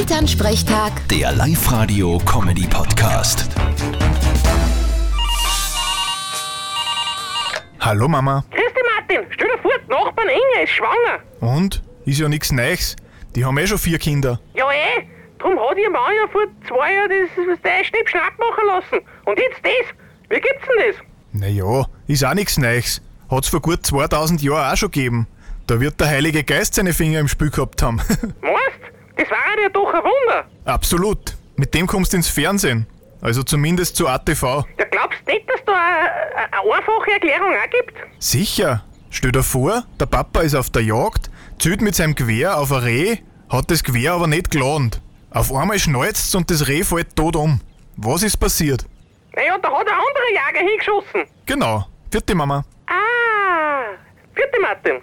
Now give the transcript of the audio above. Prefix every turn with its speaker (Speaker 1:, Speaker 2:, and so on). Speaker 1: Elternsprechtag,
Speaker 2: Der Live-Radio-Comedy-Podcast.
Speaker 3: Hallo Mama.
Speaker 4: Grüß dich, Martin. Stell dir vor, die Nachbarn Inge ist schwanger.
Speaker 3: Und? Ist ja nichts Neues. Die haben eh schon vier Kinder.
Speaker 4: Ja, eh. Drum hat ihr Mann ja vor zwei Jahren das, das der Schnipp-Schnapp machen lassen. Und jetzt das. Wie gibt's denn das?
Speaker 3: Naja, ist auch nichts Neues. Hat's vor gut 2000 Jahren auch schon gegeben. Da wird der Heilige Geist seine Finger im Spiel gehabt haben.
Speaker 4: Meinst Das war ja doch ein Wunder.
Speaker 3: Absolut. Mit dem kommst du ins Fernsehen. Also zumindest zu ATV.
Speaker 4: Ja, glaubst du nicht, dass da eine, eine einfache Erklärung auch gibt?
Speaker 3: Sicher. Stell dir vor, der Papa ist auf der Jagd, zieht mit seinem Gewehr auf ein Reh, hat das Gewehr aber nicht gelohnt. Auf einmal schneuzt und das Reh fällt tot um. Was ist passiert?
Speaker 4: Naja, da hat ein anderer Jäger hingeschossen.
Speaker 3: Genau. Vierte Mama.
Speaker 4: Ah. Vierte Martin.